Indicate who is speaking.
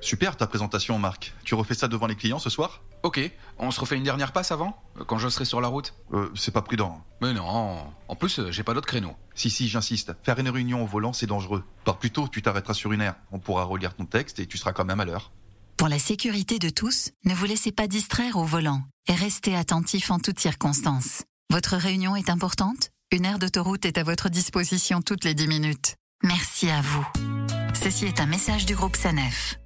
Speaker 1: Super ta présentation, Marc. Tu refais ça devant les clients ce soir
Speaker 2: Ok, on se refait une dernière passe avant euh, Quand je serai sur la route
Speaker 1: euh, C'est pas prudent.
Speaker 2: Mais non, en plus euh, j'ai pas d'autre créneau.
Speaker 1: Si, si, j'insiste. Faire une réunion au volant, c'est dangereux. Par plus tôt, tu t'arrêteras sur une aire. On pourra relire ton texte et tu seras quand même à l'heure.
Speaker 3: Pour la sécurité de tous, ne vous laissez pas distraire au volant et restez attentif en toutes circonstances. Votre réunion est importante Une aire d'autoroute est à votre disposition toutes les 10 minutes. Merci à vous. Ceci est un message du groupe SANEF.